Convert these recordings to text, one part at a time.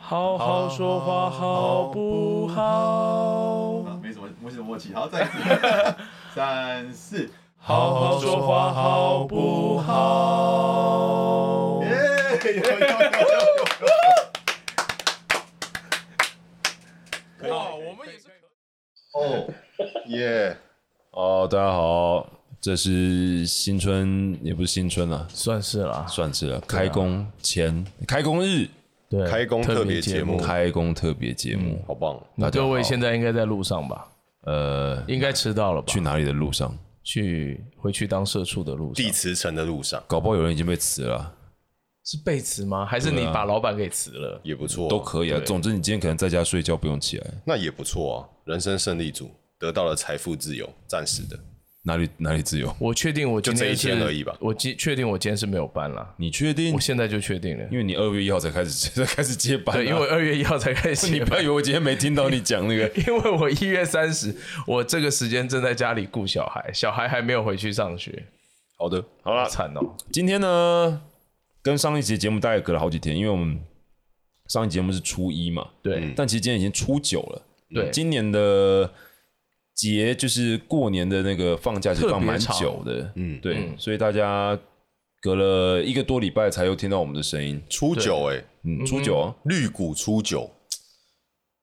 好好说话好不好？啊没什么，没什么默契。好，再一次，三四，好好说话好不好？耶！有有有有哇，哦我们也是。有。哦，耶！哦，大家好，这是新春，也不是新春了，算是啦，啊算是了。开工前，开工日，对，开工特别节目开工特别节目。好棒！大那家好各位现在应该在路上吧？呃，应该迟到了吧？去哪里的路上，去回去当社畜的路上地，磁城的路上搞不好有人已经被辞了啊，是被辞吗？还是你把老板给辞了？也不错，都可以啊。总之，你今天可能在家睡觉，不用起来。那也不错啊。人生胜利组得到了财富自由，暂时的。哪里哪里自由？我确定我今天就这一天是而已吧我今确定我今天是没有班啦，你确定我？现在就确定了。因为你二月一号才开始 才开始接班啊、对，因为我二月一号才开始。你不要以为我今天没听到你讲那个 因为我一月三十，我这个时间正在家里顾小孩，小孩还没有回去上学，好的，好好了，惨哦。今天呢，跟上一集节目大概隔了好几天，因为我们上一节目是初一嘛，对但其实今天已经初九了。对，嗯今年的节就是过年的那个放假，其实放蛮久的，嗯，对，所以大家隔了一个多礼拜才又听到我们的声音。初九哎，嗯，初九哦，绿谷初九，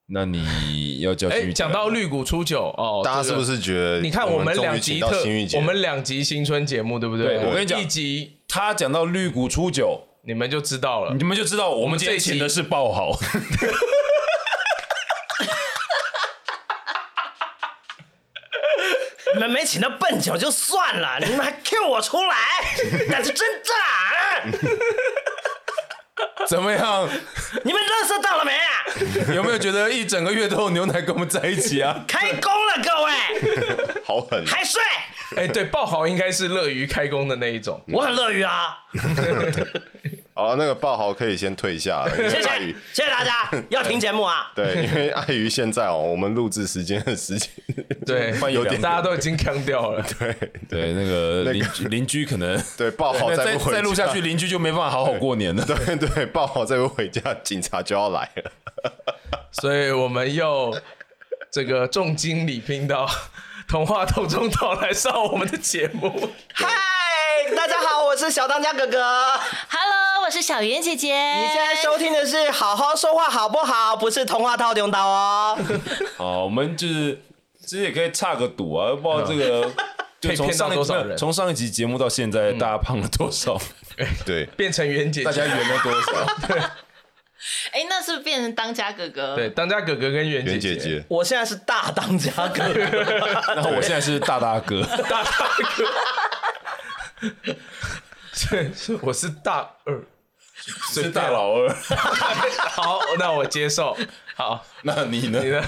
那你要叫新哎，宇讲到绿谷初九哦，大家这是个不是觉得？你看我们终两于集请到特新玉，姐我，们两集新春节目，对不对我跟你讲一集他讲到绿谷初九，你们就知道了你。们就知道我们今天请的是爆好。你们没请到笨脚就算 了，你们还 Q 我出 来，那是真炸啊！ 怎么样？你们垃圾到了没啊？有没有觉得一整个月都有牛奶跟我们在一起啊？开工了，各位，好狠，还睡？哎，对，爆豪应该是乐于开工的那一种。我很乐于啊，好了，那个爆豪可以先退下了，因谢为谢碍于，谢谢大 家，要听节目啊。对，因为碍于现在哦，我们录制时间的时间，对， 有点大家都已经扛掉了。对， 那个邻居邻居可 能对，爆豪那再再不回再录家下去，邻居就没办法好好过年了。对对，爆豪再不回家，警察就要来了。所以我们又这个重金礼聘到童话透中岛来上我们的节目。 嗨，大家好，我是小当家哥哥。 Hello，我是小圆姐姐。你你现在收听的是《好好说话好不好》，不是童话套用刀 哦。好，我们就是其实也可以差个赌啊，不知道这个就从上嗯 可以骗到一多少人嗯没有从上一集节目到现在，大家胖了多少？对，变成袁姐 大家姐，圆了多 少？哎、那是不是变成当家哥哥。对，，当家哥哥跟袁袁姐姐姐，我现在是大当家哥 哥，然后我现在是大大哥，大大哥， 是是，我是大 二， 是大老二。好，那我接受。好，那你呢你？呢？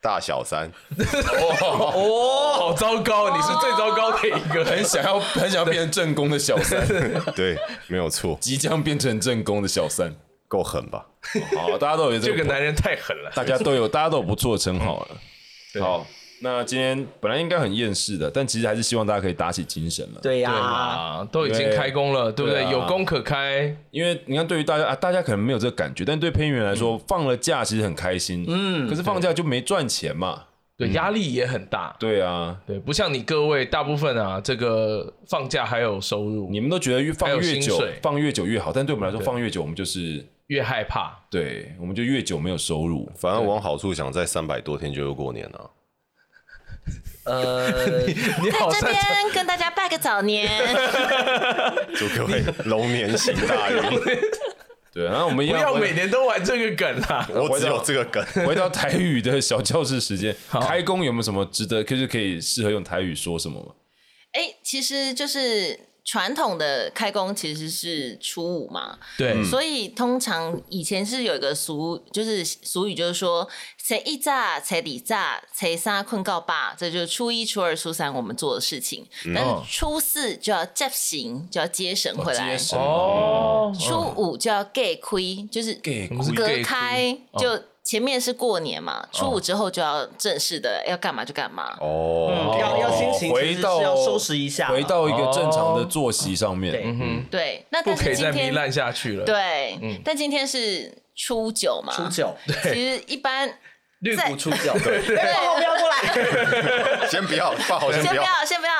大小三，哦，好糟糕，你是最糟糕的一个。 很想要很想要变成正宫的小三，对，没有错，即将变成正宫的小 三。够狠吧？好，大家都有这 这个个男人太狠了，大家都有，大家都有不错的称号了。好，那今天本来应该很厌世的，但其实还是希望大家可以打起精神了。，对呀、对嘛？都已经开工了，对不对？对啊有工可开，因为你看，对于大家啊，大家可能没有这个感觉，但对配音员来嗯说，放了假其实很开心。嗯，可是放假就没赚钱嘛。对，压力也很大。对啊，对，不像你各位大部分啊，这个放假还有收入，你们都觉得越还放有越薪久水，放越久越好，但对我们来说，放越久我们就是越害怕。对，我们就越久没有收入。反正往好处想，在三百多天就又过年了。呃， 你好这擅长，边跟大家拜个早年。 祝各位龙年行大运！对，然后我们一不样要回每年都玩这个梗啊！我只有这个梗，回到台语的小教室时 间，开工有没有什么值得，就是可以适合用台语说什么吗？哎、其实就是传统的开工其实是初五嘛，对，嗯所以通常以前是有一个俗，就是俗语，就是说“谁一炸，谁里炸，谁杀困告爸”，这就是初一、初二、初三我们做的事情。嗯但是初四就要接行，就要接神回来。哦接神哦哦，初五就要 gay 亏，就是给我们是隔 gay 开，就前面是过年嘛，初五之后就要正式的要干嘛就干嘛。哦，要要心情其回实是到要收拾一下，啊回到一个正常哦的作息上面。对嗯对，那不但可以是今再糜天烂下去了。对，但今天是初九嘛，初九，其实一般 绿谷初 九，对哎，我不要过来，先不要，爸好，先先不不要。要，先不要。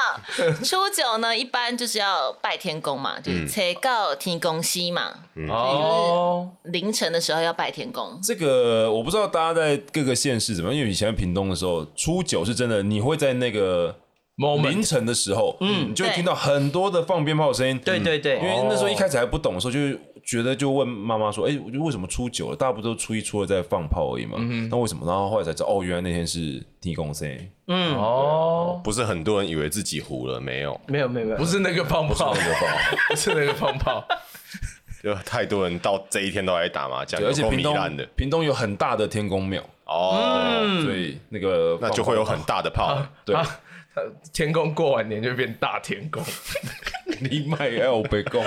初九呢，一般就是要拜天公嘛，就是才告天公西嘛，嗯哦，凌晨的时候要拜天公。这个我不知道大家在各个县市怎么样，因为以前屏东的时候，初九是真的，你会在那个 moment 凌晨的时候，嗯，你就会对听到很多的放鞭炮的声音。对对哦对因为那时候一开始还不懂的时候，就是觉得就问妈妈说：“哎、我就为什么初九了？大家不都初一、初二在放炮而已嘛？嗯那为什么？”然后后来才知道，哦，原来那天是地公生。哦，不是很多人以为自己糊了，没有， 没有没有没有不，是那个胖哦炮， 不是那个胖炮，就太多人到这一天都来打麻将，对，而且有够屏糜烂东嗯的屏东有很大的天公庙，哦，嗯所以那个那就会有很大的哦炮。对啊天公过完年就变大天公， 你卖 L 被供。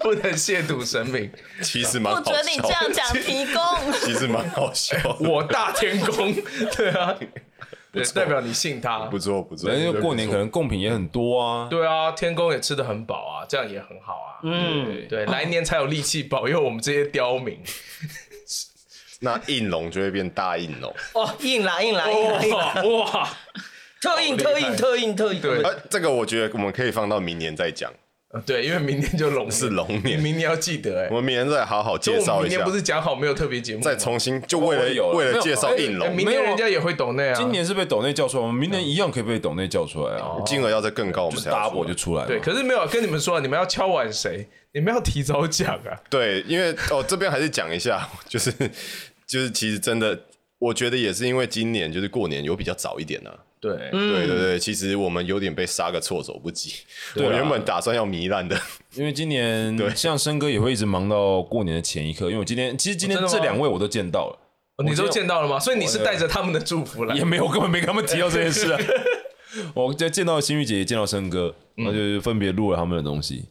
不能亵渎神 明，其实蛮不好准你笑这的，样讲提供。其实蛮好笑的。 我大天 公，对啊，对，代表你信他不，错不错，因为过年可能贡品也很多啊，对啊，天公也吃的很饱啊，这样也很好啊，嗯，对，来年才有力气保佑我们这些刁民，那应龙就会变大应龙。哦，硬啦硬哎啦硬啦硬啦，哇哇，特硬哦好特厉害硬特硬特硬，对哎呃，这个我觉得我们可以放到明年再讲，呃对，因为明年就龙是龙年明年要记得哎我，们明年再好好所以介我们绍明一年下不，是讲好没有特别节目吗，再重哦新就为哦我了为有了没了有介绍应哎龙明，没有年啊人家也会懂那啊，今年是被抖内叫出来，我们明年一样可以被抖内叫出来啊，哦金额要再更高，我就们是才要出 double 来就出来了。对，可是没有跟你们说啊，你们要敲碗谁，你们要提早讲啊，对，因为哦这边还是讲一下， 就是就是其实真的，我觉得也是因为今年就是过年有比较早一点呢、啊。对，嗯对对对，其实我们有点被杀个措手不及。对啊我原本打算要糜烂的，因为今年像生哥也会一直忙到过年的前一刻，因为我今天其实今天哦真的吗这两位我都见到了，哦你都见到了吗？所以你是带着他们的祝福来也，没有我根本没跟他们提到这 件事啊。 我就见到新玉姐也见到生哥，嗯那就是分别录了他们的东西，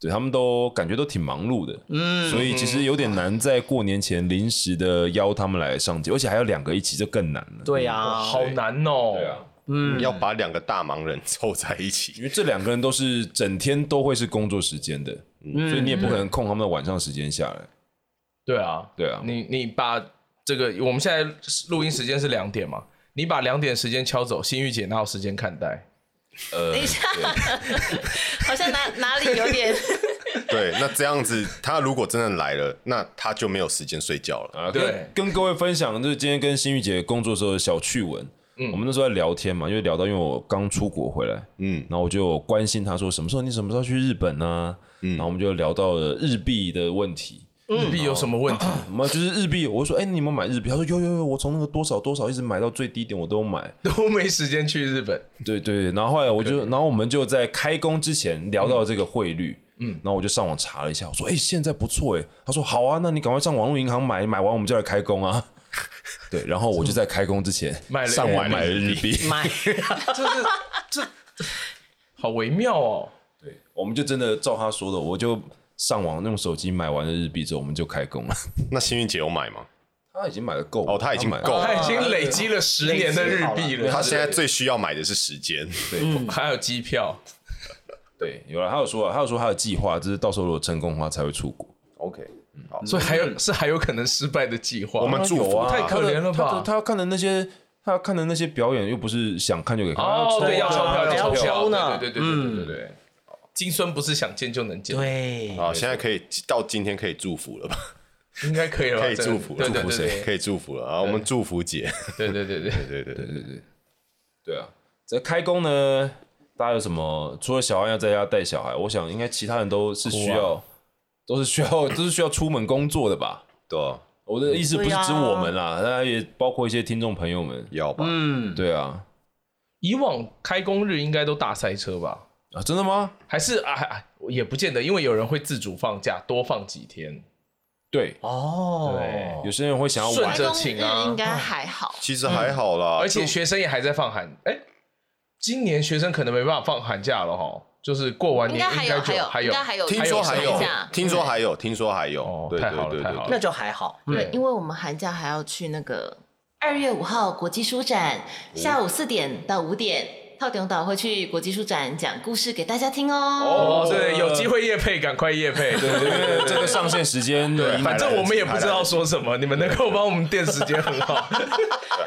对他们都感觉都挺忙碌的，嗯，所以其实有点难在过年前临时的邀他们来上节，而且还有两个一起，这更难了。对啊呀，好难哦，对啊，要把两个大忙人凑在一 因起。为这两个人都是整天都会是工作时间的，所以你也不可能空他们的晚上时间下来。对啊，对啊你你把这个，我们现在录音时间是两点嘛？你把两点时间敲走，心玉姐哪有时间看待？等一下，好像哪哪里有点对，那这样子，他如果真的来了，那他就没有时间睡觉了。啊，对跟跟各位分享，就是今天跟心玉姐工作时候的小趣闻。我们那时候在聊天嘛，因为聊到因为我刚出国回来，嗯，然后我就关心她说什么时候你什么时候去日本呢、嗯，然后我们就聊到了日币的问题，日币有什么问题？我们就是日币，我就说哎、你有没有买日币？她说有有有，我从那个多少多少一直买到最低点，我都买。都没时间去日本，对对，然后后来我就，然后我们就在开工之前聊到这个汇率，嗯，然后我就上网查了一下，我说，哎、现在不错哎，他说好啊，那你赶快上网络银行买，买完我们就来开工啊。 对，然后我就在开工之前买了上网买了日币， 买这是这好微妙哦。对，我们就真的照他说的，我就上网用手机买完了日币之后，我们就开工了。 那幸运姐有买吗？他已经买的够哦他已经买够了他已经累积了十年的日币了，他现在最需要买的是时 间。还有机票，对，有了，他有说啊，他有说他的计划，就是到时候如果成功的话才会出国。 OK，好，所以还有是还有可能失败的计划。我们祝福啊太他。可怜了吧他的他看的那些，他看的那些表演又不是想看就可以看，哦，他对，要抽钞啊票，还要要钞抽票，呢对对对对对对对。金孙不是想见就能见，对，啊，现在可以到今天可以祝福了吧？ 应该可以了吧？可以真的祝福了，对对祝福对谁？可以祝福了啊！我们祝福姐，对对对对 对。对对对，对啊，这开工呢，大家有什么？除了小安要在家带小孩，我想应该其他人都是需要，啊都是需要， 都是需要出门工作的吧？对啊，我的意思不是对啊指我们啦，那、也包括一些听众朋友们。要吧？嗯，对啊，以往开工日应该都大塞车吧？啊，真的吗？还是啊啊也不见得，因为有人会自主放假，多放几天。对，哦，对有些人会想要顺玩着，工请日啊应该还好。其实还好啦，嗯而且就学生也还在放寒，哎、今年学生可能没办法放寒假了哈，就是过完应年该还应有，该还就有，应有该还有，听说还还有有放假，听说还有，听说还哦有，对太对好了对太对好了对，那就还好，对，因为我们寒假还要去那个二月五号国际书展，下午四点到五点。浩鼎岛会去国际书展讲故事给大家听哦。哦，对，有机会夜配，赶快夜配。对对，因为这个上线时间，对反正我们也不知道说什么，你们能够帮我们垫时间很 好，对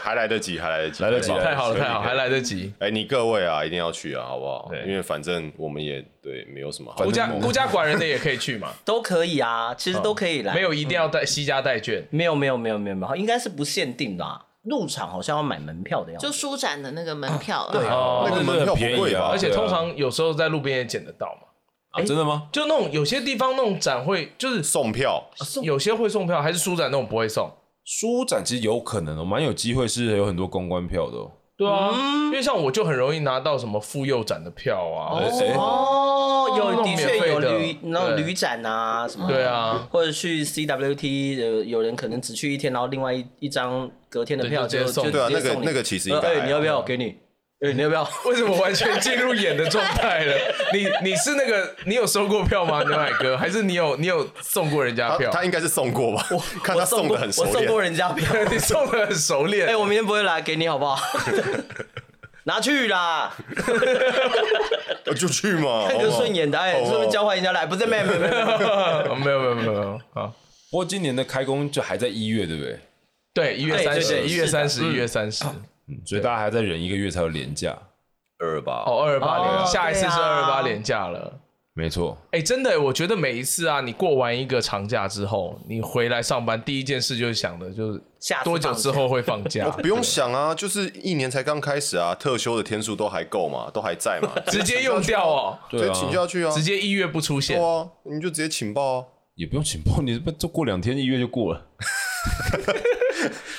还来得及，还来得及，来得及好太好了，太好，所以还来得及。哎，你各位啊，一定要去啊，好不好？对因为反正我们也对，没有什么好孤家我孤家寡人的也可以去 嘛，都可以啊，其实都可以来。哦没有一定要嗯带西家带券。没有没有没有没有没有，应该是不限定的、啊，入场好像要买门票的样就子。书展的那个门票，对哦那个门票不便宜贵啊吧？而且通常有时候在路边也捡得到嘛，啊，真的吗？就那种有些地方那种展会，就是送票，有些会啊送票，还是书展那种不会送。书展其实有可能哦，蛮有机会是有很多公关票的哦。对啊，因为像我就很容易拿到什么妇幼展的票啊，哎哎哦，那有种的免确费有的旅那种对旅展啊什么的，对啊，或者去 CWT，呃，有人可能只去一天，然后另外一一张隔天的对票就直接就就送直对啊，那接个送你那个其实呃应该哎还好你要不要？我给你，哎、你要不要？为什么完全进入演的状态 了？你你是那个你有收过票吗，牛奶哥？还是你有你有送过人家他票？他应该是送过吧？看他我送送过的很熟我送练，过人家票。 你送的很熟练。 哎、我明天不会来，给你好 不好？拿去啦，呃就去啊嘛， 看个顺眼的，哎、哦顺便交换一下来，不是妹妹妹 妹，哦没有没有没有没有啊。不过今年的开工就还在一月，对不对？对，一月对三对十，对哎一月是的三十，一月三十，嗯，所以大家还在忍一个月才有廉价。二吧。哦，二二八哦年，下一次对是二啊二八年假了。没错，哎，真的，我觉得每一次啊，你过完一个长假之后，你回来上班，第一件事就是想的就是下次多久之后会放假我，不用想啊，就是一年才刚开始啊，特休的天数都还够嘛，都还在 嘛， 直接用掉哦，直接请假去啊，直接一月不出现对。啊，你就直接请报啊，也不用请报，你这这过两天一月就过了。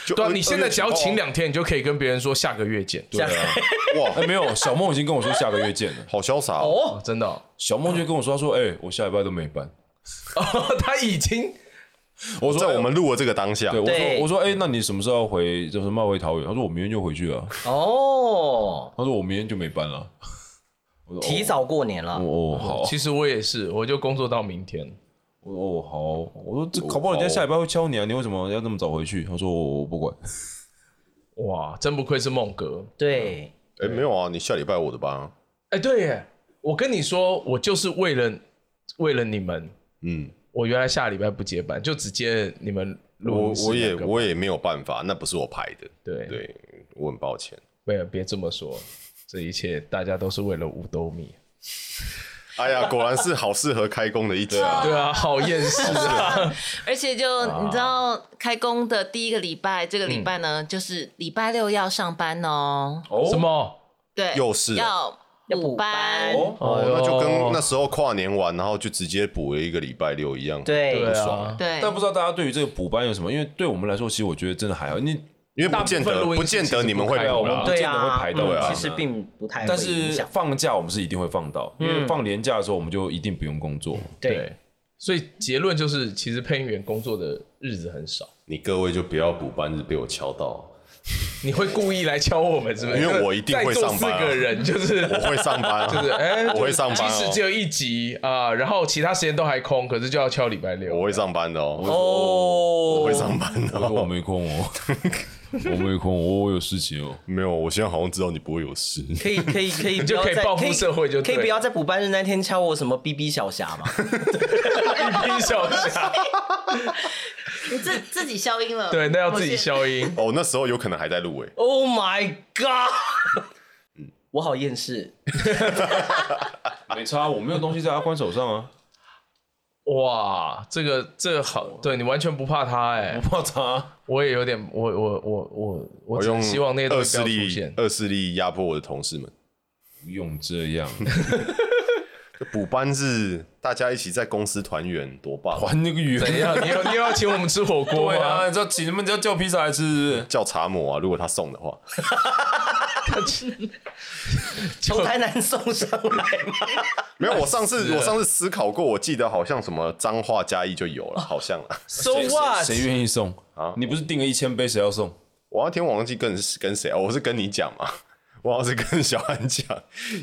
就对啊，二你现在只要请二月两天，你就可以跟别人说下个月见。对啊，请报啊，哇，哎，没有，小梦已经跟我说下个月见了。好潇洒哦，哦，真的哦， 小梦就跟我说，他说，哎，我下礼拜都没班。哦他已经我说在哎我们录的这个当下对，我对说我说，哎，那你什么时候要回？就是么回桃园？他说我明天就回去了。哦，他说我明天就没班了。我哦说提早过嗯年了，哦哦好，其实我也是，我就工作到明天。我说哦好，我说这搞不好人家下礼拜会敲你啊，你为什么要那么早回去？他说我我不管，哇，真不愧是梦哥。对，哎，没有啊，你下礼拜我的班啊，哎，对耶，我跟你说，我就是为了为了你们，嗯，我原来下礼拜不接班，就只接你们录我音室我也那个我也没有办法，那不是我排的，对，对我很抱歉。没有别这么说，这一切大家都是为了五斗米。哎呀，果然是好适合开工的一集啊！对啊，好厌 世啊！而且就你知道，开工的第一个礼拜，这个礼拜呢，就是礼拜六要上班哦。什么？对，又是要要补补班。哦，那就哎跟呦那时候跨年完，然后就直接补了一个礼拜六一样。，对，对爽啊啊，对，哦但不知道大家对于这个补班有什么？因为对我们来说，其实我觉得真的还好，你因为不见大部分得录音不室见其实得你们会不开补我们啦不。见对得啊，会排到嗯啊其实并不太会但影是响，放假我们是一定会放到，因为放年假的时候我们就一定不用工作。对，所以结论就是，其实配音员工作的日子很少。你各位就不要补班日被我敲 到，你会故意来敲我们，是不是？因为我一定会上班在座啊四个人就是 我会上班啊，就是哎，我会上班即使只哦，有一集啊，然后其他时间都还空，可是就要敲礼拜我六。会上班的哦，我哦会，上班的我说我哦。没空哦，我没空，我我有事情哦。没有，我现在好像知道你不会有事。可以可以 可以，你就不要可以再报复以社会就可以对不要在补班日那天敲我什么 BB 小侠 嘛？一拼小 侠，你自自己消音了。对，那要自我己是消音。哦，那时候有可能还在录诶，欸 Oh my god！我嗯好厌世，没差，我没有东西在阿宽手上啊，哇，这个这个好，对你完全不怕他哎、我怕他。我也有点，我我我我我我只用希望那些东恶西不势要出力现。恶势力压迫我的同事们。不用这样，补班日，大家一起在公司团圆，多棒！还那个圆怎样？你又你又要请我们吃火锅 对啊，吗？你知道请你们要叫披萨来吃是不是？叫茶魔啊，如果他送的话，从台南送上来嘛。没有。我上次啊我上次思考过，我记得好像什么脏话加一就有 了，好像啊。 So what？谁愿意送啊你不是订了一千杯，谁要送？我那天忘记跟跟谁啊，我是跟你讲嘛，我好像是跟小安讲。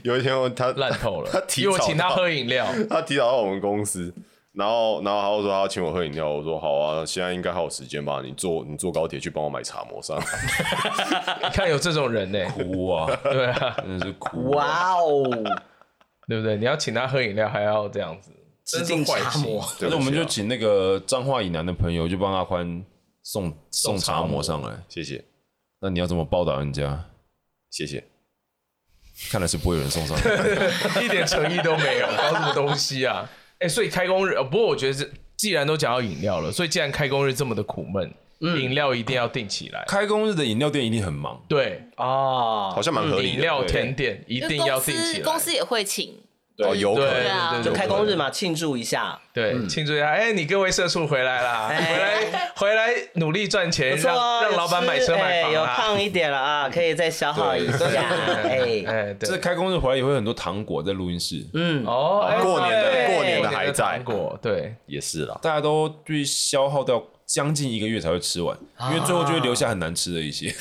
有一天我他烂透了他，提因为我早 请他到喝饮料，他提早到我们公司，然后，然后他就说他要请我喝饮料，我说好啊，现在应该还有时间吧？你坐你坐高铁去帮我买茶磨砂。你看有这种人呢、哭 啊，对啊，真的是哭啊！哇哦，对不对？你要请他喝饮料，还要这样子，致真是敬坏茶心魔，对不起啊但是我们就请那个彰化以南的朋友，就帮阿宽送送茶抹上来。谢谢那你要怎么报答人家？谢谢，看来是不会有人送上来。一点诚意都没有，搞什么东西啊？哎、所以开工日，呃不过我觉得这既然都讲到饮料了，所以既然开工日这么的苦闷，嗯饮、料一定要定起来。开工日的饮料店一定很忙，对，啊好，像蛮合理嗯饮的。料对甜点一因为定要公定起司来。公司也会请，哦，有可对对啊能。对就对，开工日嘛，庆祝一下，对，庆祝一下！哎，你各位社畜回来啦，嗯哎回来回来努力赚钱，不错哎让哦，让有老板吃买车买哎房有啦。胖一点了啊，可以再消耗一下， 哎，哎，这对，开工日回来也会有很多糖果在录音室，嗯，哦，哎过年的对过年的还在糖果，对，也是啦，大家都去消耗掉将近一个月才会吃完，因为最后就会留下很难吃的一些，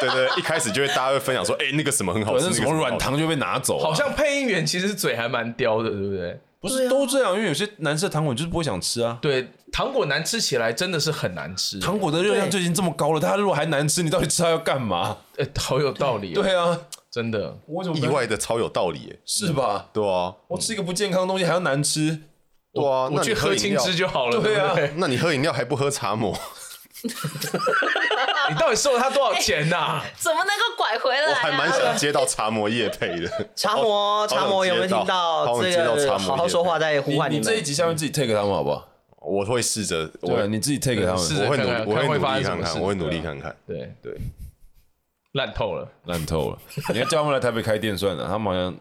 对对，一开始就会大家会分享说，哎，那个什么很好反吃， 那正什个么很好软糖就被拿走啊。好像配音员其实嘴还蛮刁的，对不对？不是都这样，因为有些难吃的糖果你就是不会想吃啊。对，糖果难吃起来真的是很难吃，糖果的热量就已经这么高了，它如果还难吃，你到底吃它要干嘛？呃，好有道理，，对啊，真的。我怎么意外的超有道理耶。是吧？对啊，我吃一个不健康的东西还要难吃，对啊，我那你去喝喝饮青料，汁就好了，对啊不对那你喝饮料还不喝茶抹？啊你到底收了他多少钱呐？哎怎么能够拐回来、啊？我还蛮想接到茶魔叶配的。茶魔，茶魔哦有没有听到好这想接到个？茶魔好好说话，在呼你唤你这一们。集下面自己 take 他们好不好？我会试着，我对啊，我你自己 take 他是们，会看看努我看会会努发生力什么看事看，我会努力看看。对啊对，烂透了。烂透了。你要叫他们来台北开店算了，他们好像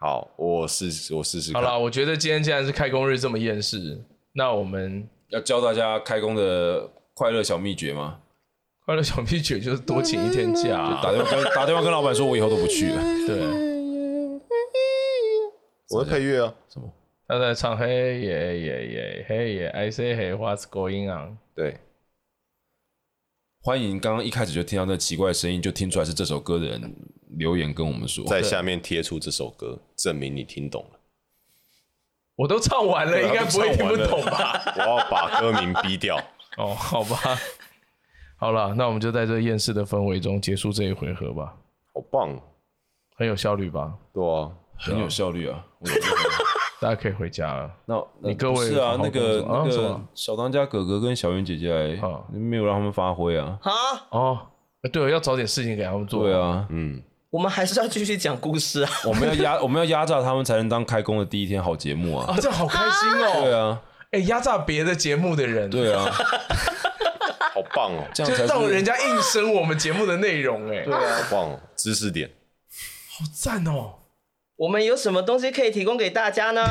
好，我试我试试好看。啦，我觉得今天既然是开工日这么厌世，那我们要教大家开工的快乐小秘诀吗？快乐小秘诀就是多请一天假啊，打电话跟打电话跟老板说，我以后都不去了。对，我会配乐啊，他在唱嘿耶耶耶嘿耶，I say hey what's going on？对，欢迎刚刚一开始就听到那奇怪的声音，就听出来是这首歌的人留言跟我们说，在下面贴出这首歌，证明你听懂了。我都唱完了，应该不会听不懂吧？我要把歌名逼掉。哦，好吧，好了，那我们就在这厌世的氛围中结束这一回合吧，好棒，很有效率吧？对啊，很有效率啊。我 大家可以回家了。那你各位不是啊好，好那个工作啊那什个么小当家哥哥跟小圆姐姐来啊，没有让他们发挥啊。啊，哦，对哦，要找点事情给他们做。嗯对，啊，我们还是要继续讲故事啊。 我们要压，我们要压榨他们才能当开工的第一天好节目啊啊，！这好开心哦！对啊，哎，压榨别的节目的人，，对啊，好棒 哦，这样就才让是人家硬生我们节目的内容，哎，好好棒哦，知识点。赞哦！我们有什么东西可以提供给大家呢？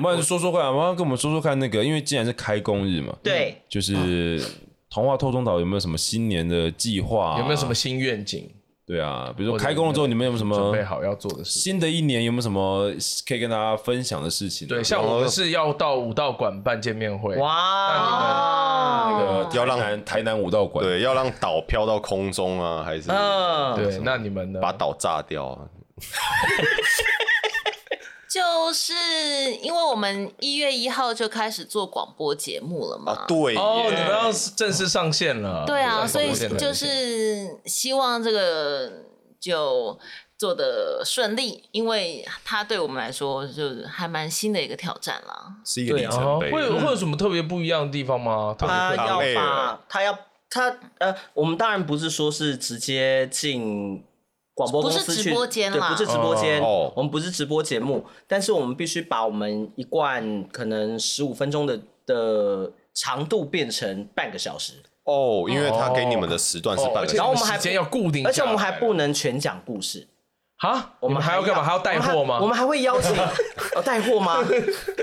不然说说看，麻烦跟我们说说看那个，因为既然是开工日嘛，对，就是童话透中岛有没有什么新年的计划啊？有没有什么新愿景？对啊？比如或说者开工了之后，你们有没有什准么备好要做的事？新的一年有没有什么可以跟大家分享的事情啊？对，像我们是要到武道馆办见面会，哇，哦那个要让台南啊台南武道馆，对，要让岛飘到空中啊，还是嗯，对，那你们呢？把岛炸掉啊？就是因为我们一月一号就开始做广播节目了嘛。啊，对哦，你耶，们要正式上线了。对啊，所以上线了就是希望这个就做的顺利，因为它对我们来说就是还蛮新的一个挑战啦。是一个里哦程碑。会有 会有什么特别不一样的地方吗？特别嗯他唐要贝尔把他要他呃，我们当然不是说是直接进广播公不司是去，直播间对，啦不是直播间，哦我们不是直播节目，但是我们必须把我们一贯可能十五分钟的的长度变成半个小时，哦，因为他给你们的时段是哦半而个且小时然后我们还时间要固定下来，而且我们还不能全讲故事，啊，我我们还要干嘛？还要带货吗？我们还我们还会 邀请哦带货吗？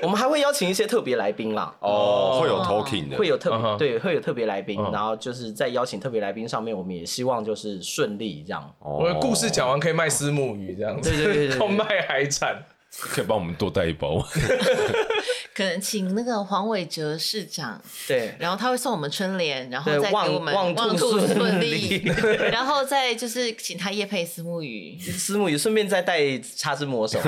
我们还会邀请一些特别来宾啦。哦，会有 talking 的，会有特嗯哼对，会有特别来宾嗯，然后就是在邀请特别来宾上面，我们也希望就是顺利这样。哦我的故事讲完可以卖私 募鱼这样子，对对对对对靠卖海产。 可以帮我们多带一包。可能请那个黄伟哲市长， 对，然后他会送我们春联，然后对再望给我们望望兔兔顺顺利利， 然后再就是请他夜配私木鱼，师母也顺便再带叉之 魔手，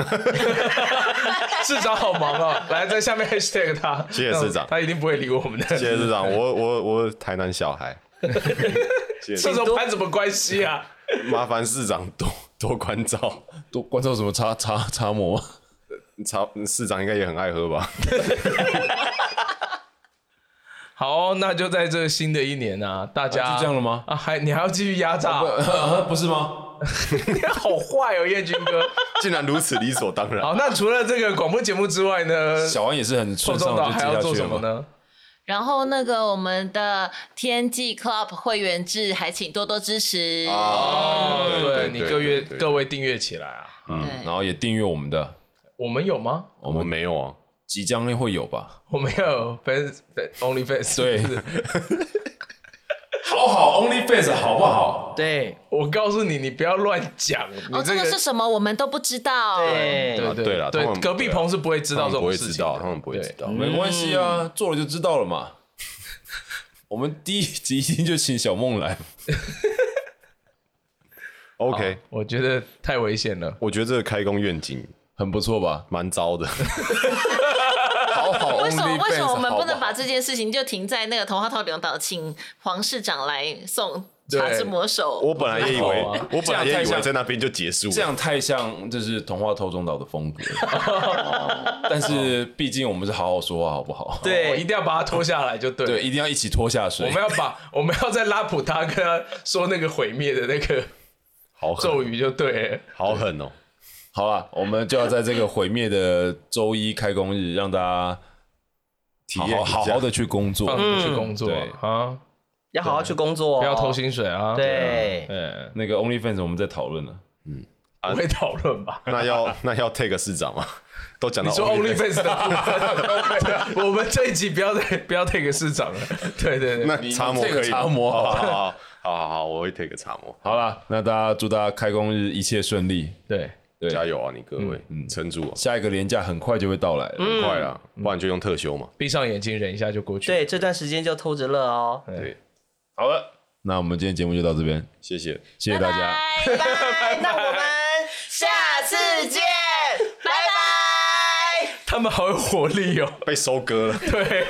市长好忙哦，来在下面 hashtag 他，谢谢市长他一定不会理我们的。谢谢市长，我我我台南小孩，这种攀什么关系啊？麻烦市长多多关照。都关照什么插插插膜吗？茶市长应该也很爱喝吧？好，那就在这新的一年啊，大家、啊就这样了吗啊，还你还要继续压榨？啊 不是吗？ 你好坏哦，燕军哥。竟然如此理所当然。好，那除了这个广播节目之外呢，小安也是很臭顺中畅岛就还接要下做去什了么嘛。呢？然后那个我们的天际 Club 会员制还请多多支持，哦对，你各月对各位订阅起来啊。嗯对，然后也订阅我们的，我们有吗？我们没有啊，即将会有吧？我们有 fans fan- only fans，对是不是好好，OnlyFans 好不好？对我告诉你，你不要乱讲，你哦，这个是什么我们都不知道，对对对对啦他对，们隔啊壁棚是不会知他道们这不种会事知情道，的。他们不会知道。没关系啊，做了就知道了嘛。我们第一集一定就请小梦来， OK，我觉得太危险了。我觉得这个开工愿景很不错吧？蛮糟的。好好 为什么为什么我们不能把这这件事情就停在那个童话头领导请黄市长来送茶之魔手？我本来也以为好啊，我本来这样也太以像为在那边就结束了。这样太像就是童话透中岛的风格？哦但是毕竟我们是好好说话，好不好？我哦一对定要把它拖下来就对了。对，一定要一起拖下水我。们要把我们要在拉普他跟他说那个毁灭的那个好咒狠，语就对 了。好狠哦！好了，我们就要在这个毁灭的周一开工日，让大家体好验好好好的去工作放。你们去工作嗯对啊，要好好去工作，哦不要偷，薪水啊。对，嗯，那个 OnlyFans 我们在讨论了，啊不会讨论 吧？那要那要 take 市长吗？都讲你到说 OnlyFans OnlyFans 的部 分，我们这一集不要再不要 take 市长了。对对对，那茶模你 take 可以茶模好好好好好好好，我会 take 茶模。好啦，那大家祝大家开工日一切顺利，对，对嗯加油啊，你各位，撑住啊，下一个年假很快就会到来了。很快啦，不然就用特休嘛。闭上眼睛忍一下就过去。，对，这段时间就偷着乐哦，对，好了，那我们今天节目就到这边，谢谢。谢谢大家。拜拜，那我们下次见，拜拜。他们好有活力哦。被收割了。对。